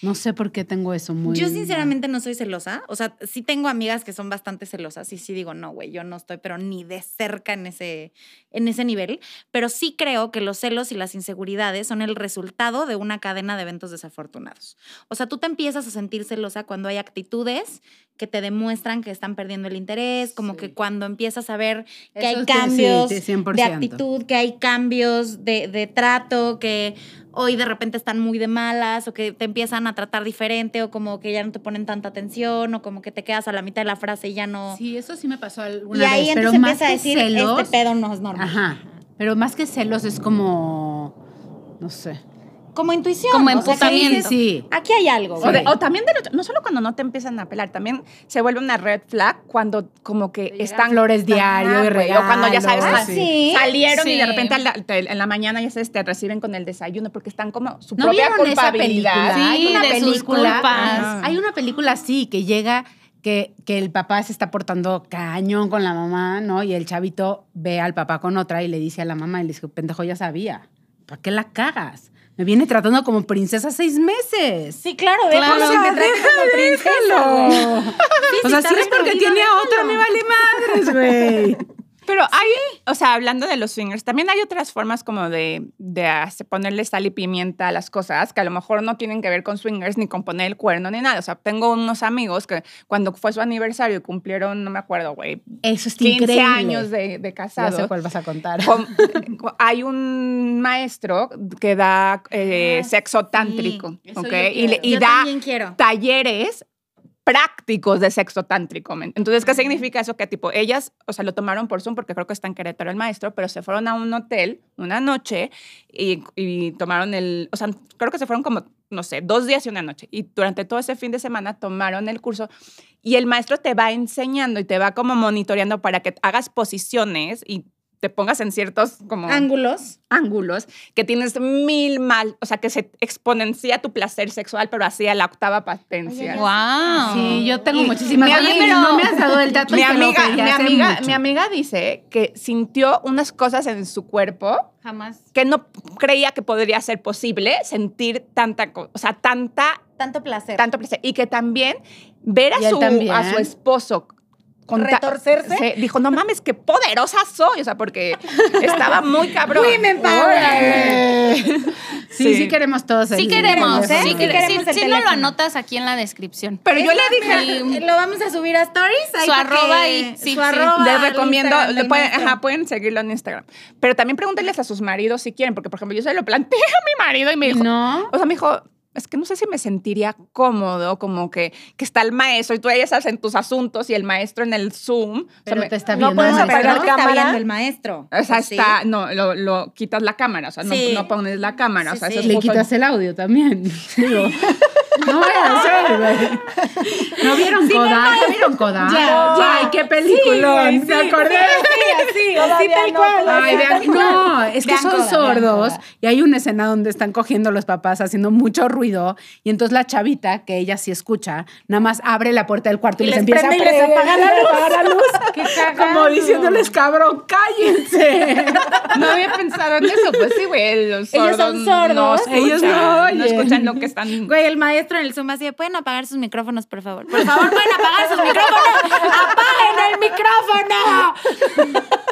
Speaker 4: No sé por qué tengo eso muy...
Speaker 1: Yo sinceramente no soy celosa. O sea, sí tengo amigas que son bastante celosas y sí digo, no, güey, yo no estoy, pero ni de cerca en ese, en ese nivel. Pero sí creo que los celos y las inseguridades son el resultado de una cadena de eventos desafortunados. O sea, tú te empiezas a sentir celosa cuando hay actitudes que te demuestran que están perdiendo el interés, como que cuando empiezas a ver que
Speaker 4: Eso
Speaker 1: hay
Speaker 4: es que sí,
Speaker 1: cambios
Speaker 4: sí, 100%.
Speaker 1: de actitud, que hay cambios de, de trato, que hoy de repente están muy de malas o que te empiezan a tratar diferente o como que ya no te ponen tanta atención o como que te quedas a la mitad de la frase y ya no...
Speaker 4: Sí, eso sí me pasó alguna
Speaker 1: y ahí
Speaker 4: vez, pero
Speaker 1: entonces
Speaker 4: más
Speaker 1: empieza a
Speaker 4: que
Speaker 1: decir,
Speaker 4: celos...
Speaker 1: este pedo no es normal.
Speaker 4: Ajá, pero más que celos es como, no sé.
Speaker 1: Como intuición.
Speaker 2: Como
Speaker 1: o sea, que
Speaker 2: emputamiento.
Speaker 1: dices,
Speaker 4: Sí,
Speaker 1: Aquí hay algo.
Speaker 3: O,
Speaker 1: güey".
Speaker 3: de- o también, del otro- no solo cuando no te empiezan a pelar, también se vuelve una red flag cuando como que están...
Speaker 4: flores diario y
Speaker 3: Ajá, güey, O cuando ya sabes,
Speaker 4: regalos,
Speaker 1: Ah,
Speaker 3: sal-
Speaker 1: sí.
Speaker 3: salieron y
Speaker 2: Sí.
Speaker 3: de repente a la- te- en la mañana ya sabes, te reciben con el desayuno porque están como su
Speaker 4: ¿No
Speaker 3: propia
Speaker 4: vieron esa película?
Speaker 3: culpabilidad.
Speaker 2: Sí,
Speaker 4: hay una
Speaker 2: de sus
Speaker 4: película.
Speaker 2: culpas.
Speaker 4: Ajá. Hay una película así que llega que, que el papá se está portando cañón con la mamá, ¿no? Y el chavito ve al papá con otra y le dice a la mamá y le dice, pendejo, ya sabía. ¿Para qué la cagas? Me viene tratando como princesa seis meses.
Speaker 1: Sí, claro,
Speaker 2: Claro.
Speaker 1: déjalo.
Speaker 4: O sea, deja, déjalo. o sea,
Speaker 1: está
Speaker 4: si es
Speaker 1: bien,
Speaker 4: porque
Speaker 1: ahorita
Speaker 4: tiene a otra, me vale madres, güey.
Speaker 3: Pero hay, o sea, hablando de los swingers, también hay otras formas como de, de hace- ponerle sal y pimienta a las cosas que a lo mejor no tienen que ver con swingers ni con poner el cuerno ni nada. O sea, tengo unos amigos que cuando fue su aniversario y cumplieron, no me acuerdo, güey,
Speaker 4: Eso es
Speaker 3: 15
Speaker 4: increíble.
Speaker 3: años de, de
Speaker 4: Ya
Speaker 3: casados.
Speaker 4: sé cuál vas a contar.
Speaker 3: Com- co- hay un maestro que da eh,
Speaker 1: Ah,
Speaker 3: sexo
Speaker 1: sí.
Speaker 3: tántrico,
Speaker 4: Eso
Speaker 3: ¿ok?
Speaker 4: yo
Speaker 3: Y, le-
Speaker 4: quiero.
Speaker 3: y
Speaker 1: Yo
Speaker 3: da
Speaker 1: también quiero.
Speaker 3: talleres prácticos de sexo tántrico. men. Entonces, ¿qué significa eso? Que tipo, ellas, o sea, lo tomaron por Zoom porque creo que está en Querétaro el maestro, pero se fueron a un hotel una noche y, y tomaron el, o sea, creo que se fueron como, no sé, dos días y una noche. Y durante todo ese fin de semana tomaron el curso y el maestro te va enseñando y te va como monitoreando para que hagas posiciones y te pongas en ciertos como
Speaker 1: Ángulos.
Speaker 3: ángulos que tienes mil mal, o sea, que se exponencia tu placer sexual, pero así a la octava potencia.
Speaker 2: Wow.
Speaker 4: Sí, yo tengo
Speaker 3: Y-
Speaker 4: muchísimas.
Speaker 3: mi
Speaker 4: Oye,
Speaker 3: amiga-
Speaker 4: pero no me has dado el dato.
Speaker 3: Mi
Speaker 4: y te lo
Speaker 3: amiga,
Speaker 4: pedí
Speaker 3: mi,
Speaker 4: hace
Speaker 3: amiga,
Speaker 4: mucho.
Speaker 3: mi amiga dice que sintió unas cosas en su cuerpo
Speaker 2: Jamás.
Speaker 3: que no creía que podría ser posible sentir tanta, co- o sea, tanta,
Speaker 1: Tanto placer.
Speaker 3: tanto placer. Y que también ver a,
Speaker 4: Y él
Speaker 3: su,
Speaker 4: también.
Speaker 3: a su esposo con ta-
Speaker 1: Retorcerse.
Speaker 3: se- dijo, no mames, qué poderosa soy, o sea, porque estaba muy cabrón.
Speaker 4: Sí, sí,
Speaker 3: Sí.
Speaker 4: queremos todos.
Speaker 2: Sí
Speaker 4: el-
Speaker 2: queremos,
Speaker 1: ¿eh?
Speaker 2: sí
Speaker 1: Sí
Speaker 2: queremos.
Speaker 1: queremos el
Speaker 2: Si no lo
Speaker 1: teléfono.
Speaker 2: anotas aquí en la descripción.
Speaker 3: Pero yo le dije,
Speaker 1: Eh, Lo vamos a subir a stories. ahí
Speaker 2: Su
Speaker 1: para que-
Speaker 2: arroba y- sí, sí.
Speaker 1: su arroba.
Speaker 3: Les
Speaker 1: al
Speaker 3: recomiendo,
Speaker 1: Instagram
Speaker 3: le
Speaker 1: del
Speaker 3: pueden,
Speaker 1: maestro.
Speaker 3: ajá, pueden seguirlo en Instagram. Pero también pregúntenles a sus maridos si quieren, porque por ejemplo yo se lo planteé a mi marido y me dijo,
Speaker 4: No.
Speaker 3: o sea, me dijo, es que no sé si me sentiría cómodo, como que, que está el maestro y tú ya estás en tus asuntos y el maestro en el Zoom. O sea,
Speaker 4: Pero
Speaker 3: me-
Speaker 4: te está
Speaker 3: no
Speaker 4: viendo
Speaker 3: puedes
Speaker 4: el
Speaker 1: No, pero
Speaker 3: apagar
Speaker 1: no
Speaker 5: maestro.
Speaker 3: la
Speaker 1: está
Speaker 5: cámara.
Speaker 1: viendo el maestro. Pues
Speaker 3: O sea,
Speaker 1: ¿Sí?
Speaker 3: está, no, lo, lo quitas la cámara, o sea, no,
Speaker 1: Sí.
Speaker 3: no pones la cámara, o
Speaker 1: Sí,
Speaker 3: sea,
Speaker 1: sí.
Speaker 3: eso es
Speaker 4: Le
Speaker 3: justo-
Speaker 4: quitas el audio también. Digo, no voy a hacer, güey. ¿No vieron Coda? ¿No vieron Coda?
Speaker 5: Ya, ya.
Speaker 4: Ay, qué peliculón. me acordé.
Speaker 5: Sí, así tal cual.
Speaker 4: Ay, vean, no, es que
Speaker 1: Vean
Speaker 4: son
Speaker 1: Coda,
Speaker 4: sordos
Speaker 1: vean Coda.
Speaker 4: y hay una escena donde están cogiendo los papás haciendo mucho ruido y entonces la chavita, que ella sí escucha, nada más abre la puerta del cuarto y, les, empieza a
Speaker 5: prende y les
Speaker 4: prender,
Speaker 5: apaga la
Speaker 4: apaga la luz. Como diciéndoles, cabrón, cállense.
Speaker 3: No había pensado en eso, pues sí, güey, los
Speaker 1: Ellos
Speaker 3: sordos
Speaker 1: son
Speaker 3: No
Speaker 1: sordos.
Speaker 3: escuchan,
Speaker 4: Ellos no oyen.
Speaker 3: escuchan lo que están...
Speaker 1: Güey, el maestro en el Zoom así de, ¿pueden apagar sus micrófonos, por favor? Por favor, ¿pueden apagar sus micrófonos? ¡Apaguen el micrófono!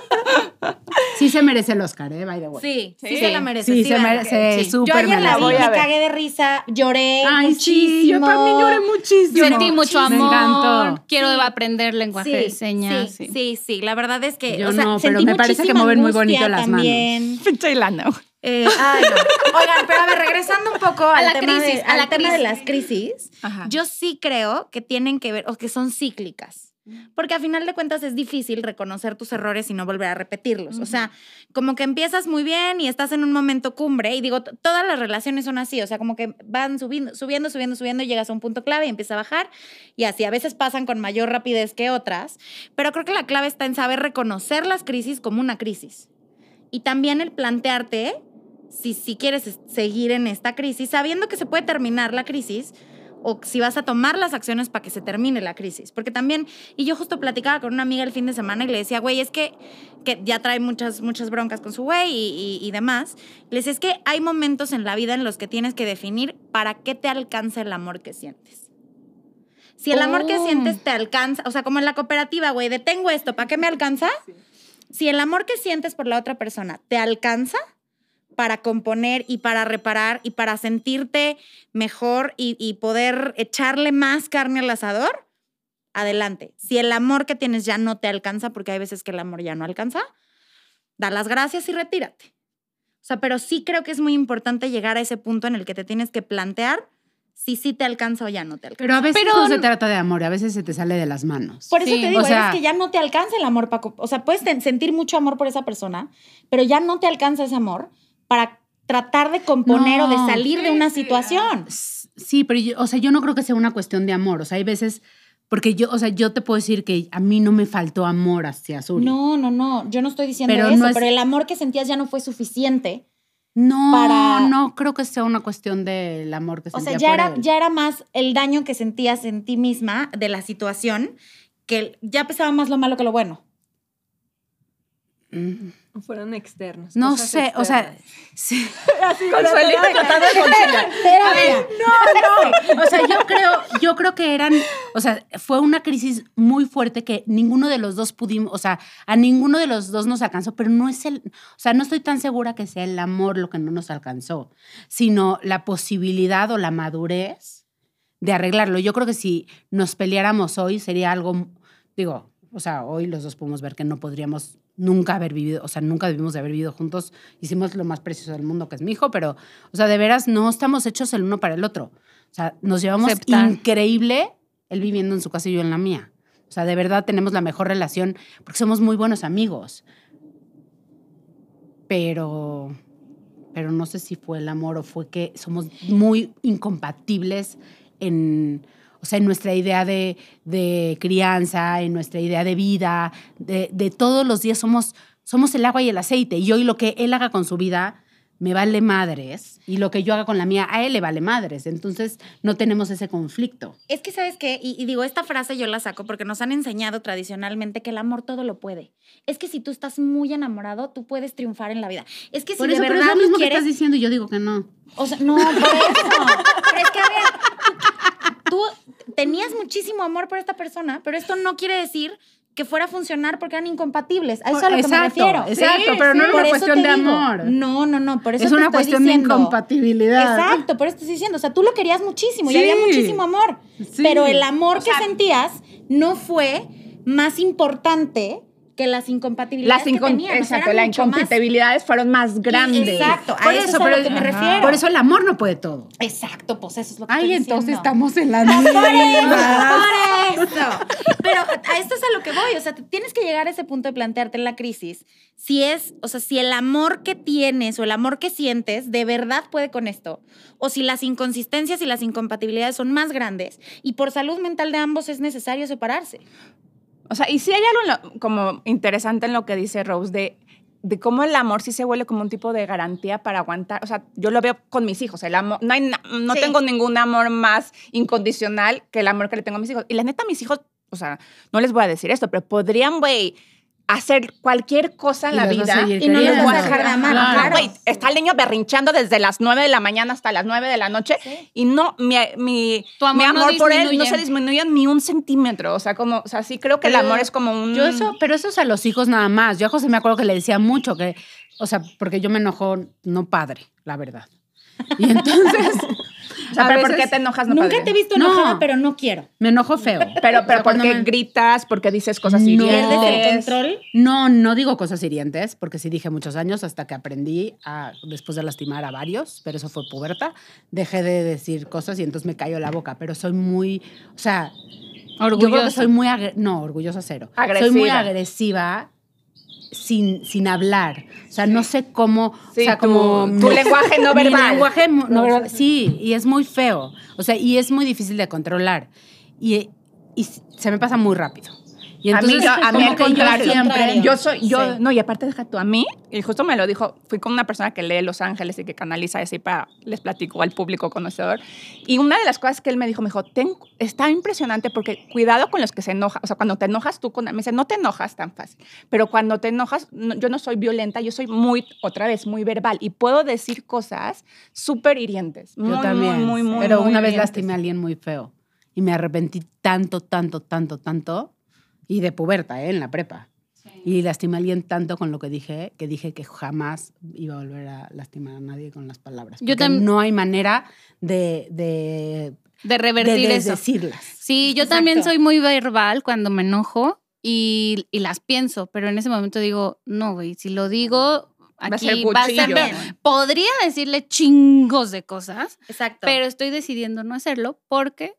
Speaker 4: Sí se merece el Oscar, ¿eh? By the way.
Speaker 1: Sí, sí,
Speaker 3: Sí.
Speaker 1: se la merece.
Speaker 4: Sí, se
Speaker 1: la
Speaker 4: merece,
Speaker 1: sí.
Speaker 4: súper
Speaker 1: Yo ayer la
Speaker 4: merece.
Speaker 1: vi,
Speaker 3: La voy a
Speaker 1: me
Speaker 3: ver.
Speaker 1: cagué de risa, lloré
Speaker 4: Ay,
Speaker 1: muchísimo.
Speaker 4: sí, yo también lloré muchísimo.
Speaker 2: Sentí mucho amor.
Speaker 4: Me encantó.
Speaker 2: Quiero aprender lenguaje de señas.
Speaker 1: Sí,
Speaker 2: sí.
Speaker 1: sí, sí, la verdad es que.
Speaker 4: Yo
Speaker 1: o sea,
Speaker 4: no, pero
Speaker 1: sentí
Speaker 4: me parece que
Speaker 1: muchísima
Speaker 4: mueven muy bonito
Speaker 1: angustia
Speaker 4: las manos.
Speaker 1: también.
Speaker 3: Pinche Ilana, güey.
Speaker 1: Eh, ay, no. Oigan, pero a ver, regresando un poco al
Speaker 2: la
Speaker 1: tema,
Speaker 2: crisis,
Speaker 1: de,
Speaker 2: a
Speaker 1: al
Speaker 2: la
Speaker 1: tema de
Speaker 2: crisis.
Speaker 1: las crisis,
Speaker 3: Ajá.
Speaker 1: yo sí creo que tienen que ver, o que son cíclicas. Porque a final de cuentas es difícil reconocer tus errores y no volver a repetirlos. O sea, como que empiezas muy bien y estás en un momento cumbre. Y digo, t- todas las relaciones son así. O sea, como que van subiendo, subiendo, subiendo, subiendo y llegas a un punto clave y empieza a bajar. Y así, a veces pasan con mayor rapidez que otras. Pero creo que la clave está en saber reconocer las crisis como una crisis. Y también el plantearte si, si quieres es- seguir en esta crisis, sabiendo que se puede terminar la crisis o si vas a tomar las acciones para que se termine la crisis. Porque también, y yo justo platicaba con una amiga el fin de semana y le decía, güey, es que, que ya trae muchas, muchas broncas con su güey y, y- y demás. Le decía, es que hay momentos en la vida en los que tienes que definir para qué te alcanza el amor que sientes. Si el amor que
Speaker 2: Oh.
Speaker 1: sientes te alcanza, o sea, como en la cooperativa, güey, detengo esto, ¿para qué me alcanza? Si el amor que sientes por la otra persona te alcanza, para componer y para reparar y para sentirte mejor y, y poder echarle más carne al asador, adelante. Si el amor que tienes ya no te alcanza, porque hay veces que el amor ya no alcanza, da las gracias y retírate. O sea, pero sí creo que es muy importante llegar a ese punto en el que te tienes que plantear si sí te alcanza o ya no te alcanza.
Speaker 4: Pero a veces
Speaker 2: Pero
Speaker 4: no se
Speaker 2: no-
Speaker 4: trata de amor, a veces se te sale de las manos.
Speaker 1: Por eso
Speaker 2: Sí,
Speaker 1: te digo,
Speaker 4: o sea-
Speaker 1: es que ya no te alcanza el amor, Paco. O sea, puedes ten- sentir mucho amor por esa persona, pero ya no te alcanza ese amor para tratar de componer o de
Speaker 4: No.
Speaker 1: salir de una situación.
Speaker 4: S- Sí, pero yo, o sea, yo no creo que sea una cuestión de amor. O sea, hay veces, porque yo, o sea, yo te puedo decir que a mí no me faltó amor hacia Azul.
Speaker 1: No, no, no. Yo no estoy diciendo
Speaker 4: Pero
Speaker 1: eso,
Speaker 4: no es-
Speaker 1: pero el amor que sentías ya no fue suficiente.
Speaker 4: no,
Speaker 1: para-
Speaker 4: no creo que sea una cuestión del amor que
Speaker 1: O sea,
Speaker 4: sentía
Speaker 1: ya
Speaker 4: por
Speaker 1: era,
Speaker 4: él.
Speaker 1: ya era más el daño que sentías en ti misma de la situación, que el- ya pesaba más lo malo que lo bueno.
Speaker 4: Mm.
Speaker 5: Fueron externos.
Speaker 4: No
Speaker 5: cosas
Speaker 4: sé, o sea,
Speaker 5: externas.
Speaker 4: sí.
Speaker 5: Así,
Speaker 3: Consuelita
Speaker 5: la-
Speaker 3: tratando de conciliar.
Speaker 1: A ver,
Speaker 4: O sea, yo creo, yo creo que eran, o sea, fue una crisis muy fuerte que ninguno de los dos pudimos, o sea, a ninguno de los dos nos alcanzó, pero no es el, o sea, no estoy tan segura que sea el amor lo que no nos alcanzó, sino la posibilidad o la madurez de arreglarlo. Yo creo que si nos peleáramos hoy sería algo, digo, o sea, hoy los dos podemos ver que no podríamos nunca haber vivido, o sea, nunca debimos de haber vivido juntos. Hicimos lo más precioso del mundo que es mi hijo, pero, o sea, de veras no estamos hechos el uno para el otro. O sea, nos llevamos
Speaker 2: Aceptar.
Speaker 4: increíble él viviendo en su casa y yo en la mía. O sea, de verdad tenemos la mejor relación porque somos muy buenos amigos. Pero pero no sé si fue el amor o fue que somos muy incompatibles en, o sea, en nuestra idea de, de crianza, en nuestra idea de vida, de, de todos los días somos, somos el agua y el aceite. Y hoy lo que él haga con su vida me vale madres y lo que yo haga con la mía a él le vale madres. Entonces no tenemos ese conflicto.
Speaker 1: Es que, ¿sabes qué? Y, y digo, esta frase yo la saco porque nos han enseñado tradicionalmente que el amor todo lo puede. Es que si tú estás muy enamorado, tú puedes triunfar en la vida. Es que si
Speaker 4: Por
Speaker 1: de
Speaker 4: eso, pero es
Speaker 1: verdad
Speaker 4: lo mismo que
Speaker 1: quieres,
Speaker 4: estás diciendo y yo digo que no.
Speaker 1: O sea, no, por eso. pero es que, a ver, tú tenías muchísimo amor por esta persona, pero esto no quiere decir que fuera a funcionar porque eran incompatibles. A eso es a lo que me
Speaker 4: Exacto,
Speaker 1: refiero.
Speaker 4: exacto, pero no es
Speaker 1: Por
Speaker 4: una
Speaker 1: eso
Speaker 4: cuestión
Speaker 1: te
Speaker 4: de
Speaker 1: digo,
Speaker 4: amor.
Speaker 1: No, no, no, por eso
Speaker 4: es
Speaker 1: te
Speaker 4: una
Speaker 1: estoy
Speaker 4: cuestión
Speaker 1: diciendo.
Speaker 4: de incompatibilidad.
Speaker 1: Exacto, por eso te estoy diciendo. O sea, tú lo querías muchísimo y
Speaker 4: Sí.
Speaker 1: había muchísimo amor.
Speaker 4: Sí.
Speaker 1: Pero el amor que sentías no fue más importante que las incompatibilidades
Speaker 3: Las
Speaker 1: que
Speaker 3: incom-
Speaker 1: tenían. O sea,
Speaker 3: exacto,
Speaker 1: eran
Speaker 3: las
Speaker 1: mucho más-
Speaker 3: incompatibilidades fueron más grandes.
Speaker 1: Exacto, a
Speaker 4: Por
Speaker 1: eso,
Speaker 4: eso,
Speaker 1: es a
Speaker 4: pero-
Speaker 1: lo que me
Speaker 4: Ajá.
Speaker 1: refiero.
Speaker 4: Por eso el amor no puede todo.
Speaker 1: Exacto, pues eso es lo que
Speaker 4: Ay,
Speaker 1: estoy
Speaker 4: entonces
Speaker 1: diciendo.
Speaker 4: estamos en la misma.
Speaker 1: Por eso. Pero a esto es a lo que voy. O sea, te tienes que llegar a ese punto de plantearte en la crisis. Si es, o sea, si el amor que tienes o el amor que sientes de verdad puede con esto. O si las inconsistencias y las incompatibilidades son más grandes. Y por salud mental de ambos es necesario separarse.
Speaker 3: O sea, y sí hay algo en lo- como interesante en lo que dice Rose de, de cómo el amor sí se vuelve como un tipo de garantía para aguantar. O sea, yo lo veo con mis hijos. El amor, no hay na- no
Speaker 1: Sí.
Speaker 3: tengo ningún amor más incondicional que el amor que le tengo a mis hijos. Y la neta, mis hijos, o sea, no les voy a decir esto, pero podrían, güey, hacer cualquier cosa en
Speaker 4: Y
Speaker 3: la
Speaker 4: los vas a
Speaker 3: vida.
Speaker 4: seguir
Speaker 1: y no los
Speaker 4: queriendo.
Speaker 1: vas a dejar de amar,
Speaker 3: Ajá,
Speaker 1: claro.
Speaker 3: güey, está el niño berrinchando desde las 9 de la mañana hasta las 9 de la noche
Speaker 1: Sí.
Speaker 3: y no, mi, mi,
Speaker 2: Tu amor
Speaker 3: mi
Speaker 2: no
Speaker 3: amor por él no
Speaker 2: disminuye.
Speaker 3: se disminuye ni un centímetro. O sea, como, o sea, sí creo que el
Speaker 4: Pero
Speaker 3: amor es como un...
Speaker 4: Yo eso, pero eso es a los hijos nada más. Yo a José me acuerdo que le decía mucho que, o sea, porque yo me enojo no padre, la verdad. Y entonces,
Speaker 3: O sea,
Speaker 4: a
Speaker 3: pero ¿por
Speaker 4: veces
Speaker 3: qué te enojas? No,
Speaker 1: Nunca
Speaker 3: padre?
Speaker 1: te he visto
Speaker 4: No.
Speaker 1: enojada, pero no quiero.
Speaker 4: me enojo feo.
Speaker 3: Pero,
Speaker 4: O sea,
Speaker 3: pero ¿por
Speaker 4: cuando
Speaker 3: qué
Speaker 4: me-
Speaker 3: gritas? ¿Por qué dices cosas
Speaker 4: No.
Speaker 3: hirientes?
Speaker 1: Pierdes el
Speaker 4: Entonces-
Speaker 1: control.
Speaker 4: No, no digo cosas hirientes, porque sí dije muchos años hasta que aprendí a, después de lastimar a varios, pero eso fue puberta, dejé de decir cosas y entonces me cayó la boca, pero soy muy, o sea, Yo creo que
Speaker 2: Orgullosa.
Speaker 4: soy muy... agre- no, orgullosa cero.
Speaker 3: Agresiva.
Speaker 4: Soy muy agresiva sin, sin hablar. O sea, no sé cómo...
Speaker 3: Sí,
Speaker 4: o sea,
Speaker 3: tu-
Speaker 4: como...
Speaker 3: tu lenguaje no
Speaker 4: mi
Speaker 3: verbal.
Speaker 4: lenguaje mo- no verbal, Sí, y es muy feo. O sea, y es muy difícil de controlar. Y, y se me pasa muy rápido. Y
Speaker 3: a mí,
Speaker 4: entonces, pues,
Speaker 3: yo- a mí
Speaker 4: como
Speaker 3: al
Speaker 4: que yo
Speaker 3: contrario.
Speaker 4: siempre-
Speaker 3: Yo soy, yo,
Speaker 1: Sí.
Speaker 3: no, y aparte deja tú a mí, y justo me lo dijo, fui con una persona que lee Los Ángeles y que canaliza así para, les platico al público conocedor, y una de las cosas que él me dijo, me dijo, "Ten- está impresionante porque cuidado con los que se enojan, o sea, cuando te enojas tú, con, me dice, no te enojas tan fácil, pero cuando te enojas, no- yo no soy violenta, yo soy muy, otra vez, muy verbal, y puedo decir cosas súper hirientes, muy,
Speaker 4: Yo también.
Speaker 3: muy, muy, muy,
Speaker 4: pero
Speaker 3: muy
Speaker 4: una vez
Speaker 3: hirientes.
Speaker 4: lastimé a alguien muy feo. Y me arrepentí tanto, tanto, tanto, tanto. Y de puberta, ¿eh? En la prepa. Y lastimé a alguien tanto con lo que dije, que dije que jamás iba a volver a lastimar a nadie con las palabras.
Speaker 2: Yo
Speaker 4: Porque
Speaker 2: tam-
Speaker 4: no hay manera de, de,
Speaker 2: De
Speaker 4: de
Speaker 2: revertir eso.
Speaker 4: decirlas.
Speaker 2: Sí, yo
Speaker 1: Exacto.
Speaker 2: también soy muy verbal cuando me enojo y, y las pienso, pero en ese momento digo, no, güey, si lo digo,
Speaker 3: Va a
Speaker 2: aquí
Speaker 3: ser
Speaker 2: va a ser...
Speaker 3: cuchillo.
Speaker 2: ver- Podría decirle chingos de cosas,
Speaker 1: Exacto.
Speaker 2: pero estoy decidiendo no hacerlo porque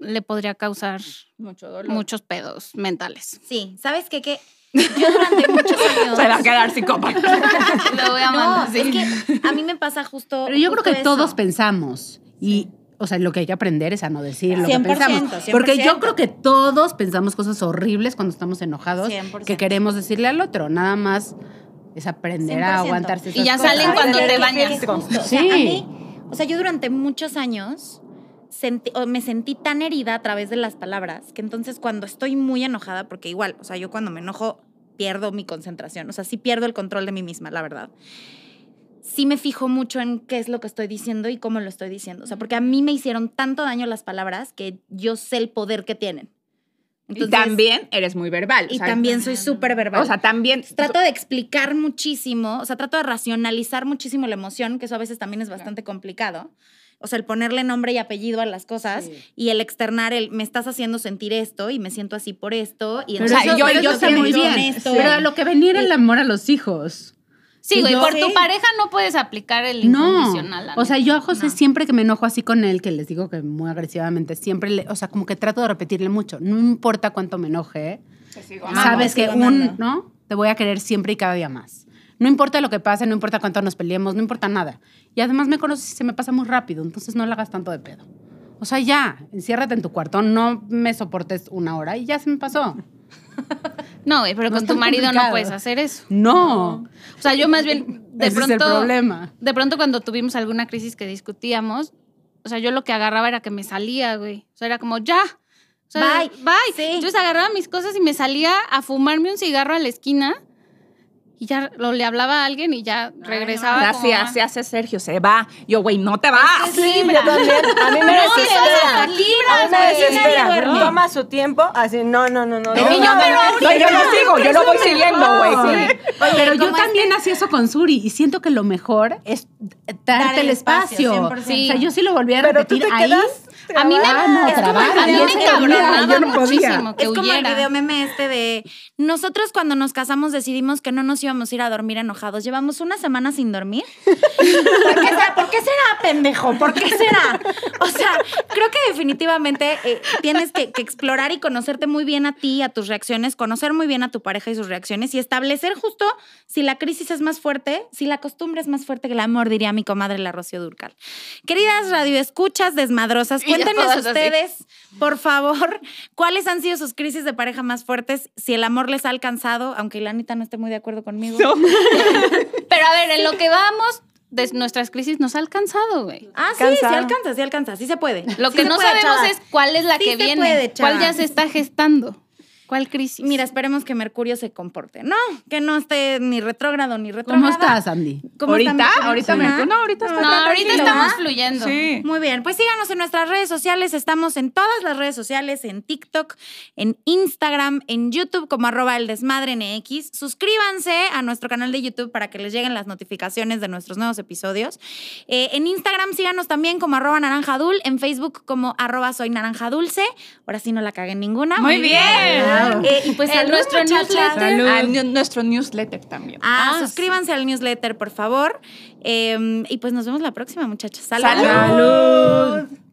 Speaker 2: le podría causar
Speaker 3: Mucho dolor.
Speaker 2: muchos pedos mentales.
Speaker 1: sí, ¿sabes qué? Que yo durante muchos años...
Speaker 3: Se va a quedar psicópata.
Speaker 2: Lo voy a
Speaker 1: No,
Speaker 2: mandar.
Speaker 1: es
Speaker 2: sí.
Speaker 1: que a mí me pasa justo.
Speaker 4: Pero yo creo
Speaker 1: justo
Speaker 4: que todos
Speaker 1: eso.
Speaker 4: pensamos. Y, o sea, lo que hay que aprender es a no decir lo que
Speaker 1: 100%,
Speaker 4: pensamos.
Speaker 1: 100%.
Speaker 4: Porque yo creo que todos pensamos cosas horribles cuando estamos enojados
Speaker 1: 100%.
Speaker 4: que queremos decirle al otro. Nada más es aprender a
Speaker 1: 100%.
Speaker 4: aguantarse.
Speaker 2: Y
Speaker 4: esas
Speaker 2: ya
Speaker 4: cosas.
Speaker 2: salen cuando te bañas.
Speaker 1: Es justo, O sea,
Speaker 4: Sí.
Speaker 1: a mí, o sea, yo durante muchos años sentí- o me sentí tan herida a través de las palabras que entonces cuando estoy muy enojada, porque igual, o sea, yo cuando me enojo pierdo mi concentración, o sea, sí pierdo el control de mí misma, la verdad. Sí me fijo mucho en qué es lo que estoy diciendo y cómo lo estoy diciendo, o sea, porque a mí me hicieron tanto daño las palabras que yo sé el poder que tienen.
Speaker 3: y también eres muy verbal. o
Speaker 1: y
Speaker 3: sea,
Speaker 1: también soy súper verbal.
Speaker 3: O sea, también.
Speaker 1: trato de explicar muchísimo, o sea, trato de racionalizar muchísimo la emoción, que eso a veces también es bastante complicado. O sea, el ponerle nombre y apellido a las cosas y el externar el me estás haciendo sentir esto y me siento así por esto y
Speaker 4: Pero
Speaker 1: entonces
Speaker 3: sea,
Speaker 4: eso-
Speaker 3: yo-
Speaker 4: pero
Speaker 3: yo
Speaker 4: eso está
Speaker 3: siento
Speaker 4: muy bien.
Speaker 1: esto.
Speaker 4: Pero a lo que venía era el amor a los hijos.
Speaker 2: Sí, güey,
Speaker 4: Yo-
Speaker 2: por tu
Speaker 1: Sí.
Speaker 2: pareja no puedes aplicar el
Speaker 4: No.
Speaker 2: incondicional. la
Speaker 4: O sea,
Speaker 2: neta.
Speaker 4: yo a José
Speaker 2: No.
Speaker 4: siempre que me enojo así con él, que les digo que muy agresivamente, siempre, le, o sea, como que trato de repetirle mucho. No importa cuánto me enoje,
Speaker 1: amando,
Speaker 4: sabes
Speaker 1: sigo
Speaker 4: que un,
Speaker 1: amando.
Speaker 4: ¿no? Te voy a querer siempre y cada día más. No importa lo que pase, no importa cuánto nos peleemos, no importa nada. Y además me conoces y se me pasa muy rápido, entonces no le hagas tanto de pedo. O sea, ya, enciérrate en tu cuarto, no me soportes una hora y ya se me pasó.
Speaker 2: No, güey, pero
Speaker 4: No
Speaker 2: con
Speaker 4: es
Speaker 2: tu
Speaker 4: tan
Speaker 2: marido no
Speaker 4: complicado.
Speaker 2: puedes hacer eso.
Speaker 4: No.
Speaker 2: O sea, yo más bien, de
Speaker 4: Ese es
Speaker 2: pronto...
Speaker 4: el problema.
Speaker 2: De pronto cuando tuvimos alguna crisis que discutíamos, o sea, yo lo que agarraba era que me salía, güey. O sea, era como, ya. O sea,
Speaker 1: Bye.
Speaker 2: Bye.
Speaker 1: Sí.
Speaker 2: Entonces agarraba mis cosas y me salía a fumarme un cigarro a la esquina y ya lo, le hablaba a alguien y ya regresaba.
Speaker 3: Ah, Así,
Speaker 2: como,
Speaker 3: así hace Sergio, se va. Yo, güey, no te vas.
Speaker 2: Sí,
Speaker 5: Sí,
Speaker 2: mira.
Speaker 5: yo también. A mí me
Speaker 2: No,
Speaker 5: desespera.
Speaker 2: esas
Speaker 5: A
Speaker 2: son
Speaker 5: mí
Speaker 2: libras,
Speaker 5: me
Speaker 2: güey.
Speaker 5: desespera.
Speaker 2: Nadie duerme.
Speaker 5: Toma su tiempo, así, no, no, no,
Speaker 3: No,
Speaker 5: no. no,
Speaker 3: yo,
Speaker 5: no,
Speaker 3: pero
Speaker 5: no,
Speaker 3: ahorita yo lo sigo, yo lo voy siguiendo, güey. sí.
Speaker 4: Pero yo
Speaker 1: ¿cómo es
Speaker 4: también hacía eso con Suri y siento que lo mejor es darte el espacio.
Speaker 1: 100%.
Speaker 4: O sea, yo sí lo volví a
Speaker 5: Pero tú
Speaker 4: repetir
Speaker 5: te
Speaker 4: ahí.
Speaker 5: quedas.
Speaker 2: A mí me,
Speaker 4: Ah, no,
Speaker 2: es como-
Speaker 4: trabaja,
Speaker 2: a mí
Speaker 4: yo
Speaker 2: me
Speaker 4: sé, mira,
Speaker 2: encabronaba
Speaker 4: yo no podía.
Speaker 2: muchísimo que
Speaker 1: es como el
Speaker 2: huyera.
Speaker 1: video meme este de nosotros cuando nos casamos decidimos que no nos íbamos a ir a dormir enojados. Llevamos una semana sin dormir. ¿Por qué será, ¿Por qué será, pendejo? ¿Por qué será? O sea, creo que definitivamente eh, tienes que, que explorar y conocerte muy bien a ti, a tus reacciones, conocer muy bien a tu pareja y sus reacciones y establecer justo si la crisis es más fuerte, si la costumbre es más fuerte que el amor, diría mi comadre la Rocío Durcal. Queridas radioescuchas desmadrosas,
Speaker 2: Y ya
Speaker 1: cuéntenos
Speaker 2: todas así.
Speaker 1: ustedes, por favor, cuáles han sido sus crisis de pareja más fuertes, si el amor les ha alcanzado, aunque la Anita no esté muy de acuerdo conmigo.
Speaker 2: Pero a ver, en lo que vamos, de nuestras crisis nos ha alcanzado, güey.
Speaker 1: Ah, sí, sí
Speaker 5: Cansado.
Speaker 1: alcanza, sí alcanza, sí se puede.
Speaker 2: Lo
Speaker 1: Sí
Speaker 2: que
Speaker 1: se
Speaker 2: no
Speaker 1: puede,
Speaker 2: sabemos
Speaker 1: chava.
Speaker 2: es cuál es la
Speaker 1: Sí
Speaker 2: que
Speaker 1: se
Speaker 2: viene,
Speaker 1: puede, chava.
Speaker 2: cuál ya se está gestando, cuál crisis.
Speaker 1: Mira, esperemos que Mercurio se comporte. No, que no esté ni retrógrado ni retrógrado.
Speaker 4: ¿Cómo estás, Andy?
Speaker 3: Ahorita, ahorita Mercurio- no, ahorita está
Speaker 2: no, ahorita
Speaker 3: tranquilo,
Speaker 2: estamos
Speaker 3: ¿ah?
Speaker 2: fluyendo.
Speaker 3: Sí.
Speaker 1: Muy bien, pues síganos en nuestras redes sociales. Estamos en todas las redes sociales, en TikTok, en Instagram, en YouTube como arroba el desmadre NX. Suscríbanse a nuestro canal de YouTube para que les lleguen las notificaciones de nuestros nuevos episodios. Eh, en Instagram síganos también como arroba naranjadul, en Facebook como arroba soy naranjadulce. Ahora sí no la cagué en ninguna.
Speaker 3: Muy bien.
Speaker 1: Eh, y pues
Speaker 2: En
Speaker 1: salud,
Speaker 2: nuestro
Speaker 1: muchachas.
Speaker 2: newsletter. Salud.
Speaker 3: A nu- nuestro newsletter también.
Speaker 1: Ah,
Speaker 2: Ah,
Speaker 1: suscríbanse al Em, newsletter, por favor. Eh, y pues nos vemos la próxima, muchachos.
Speaker 3: Salud.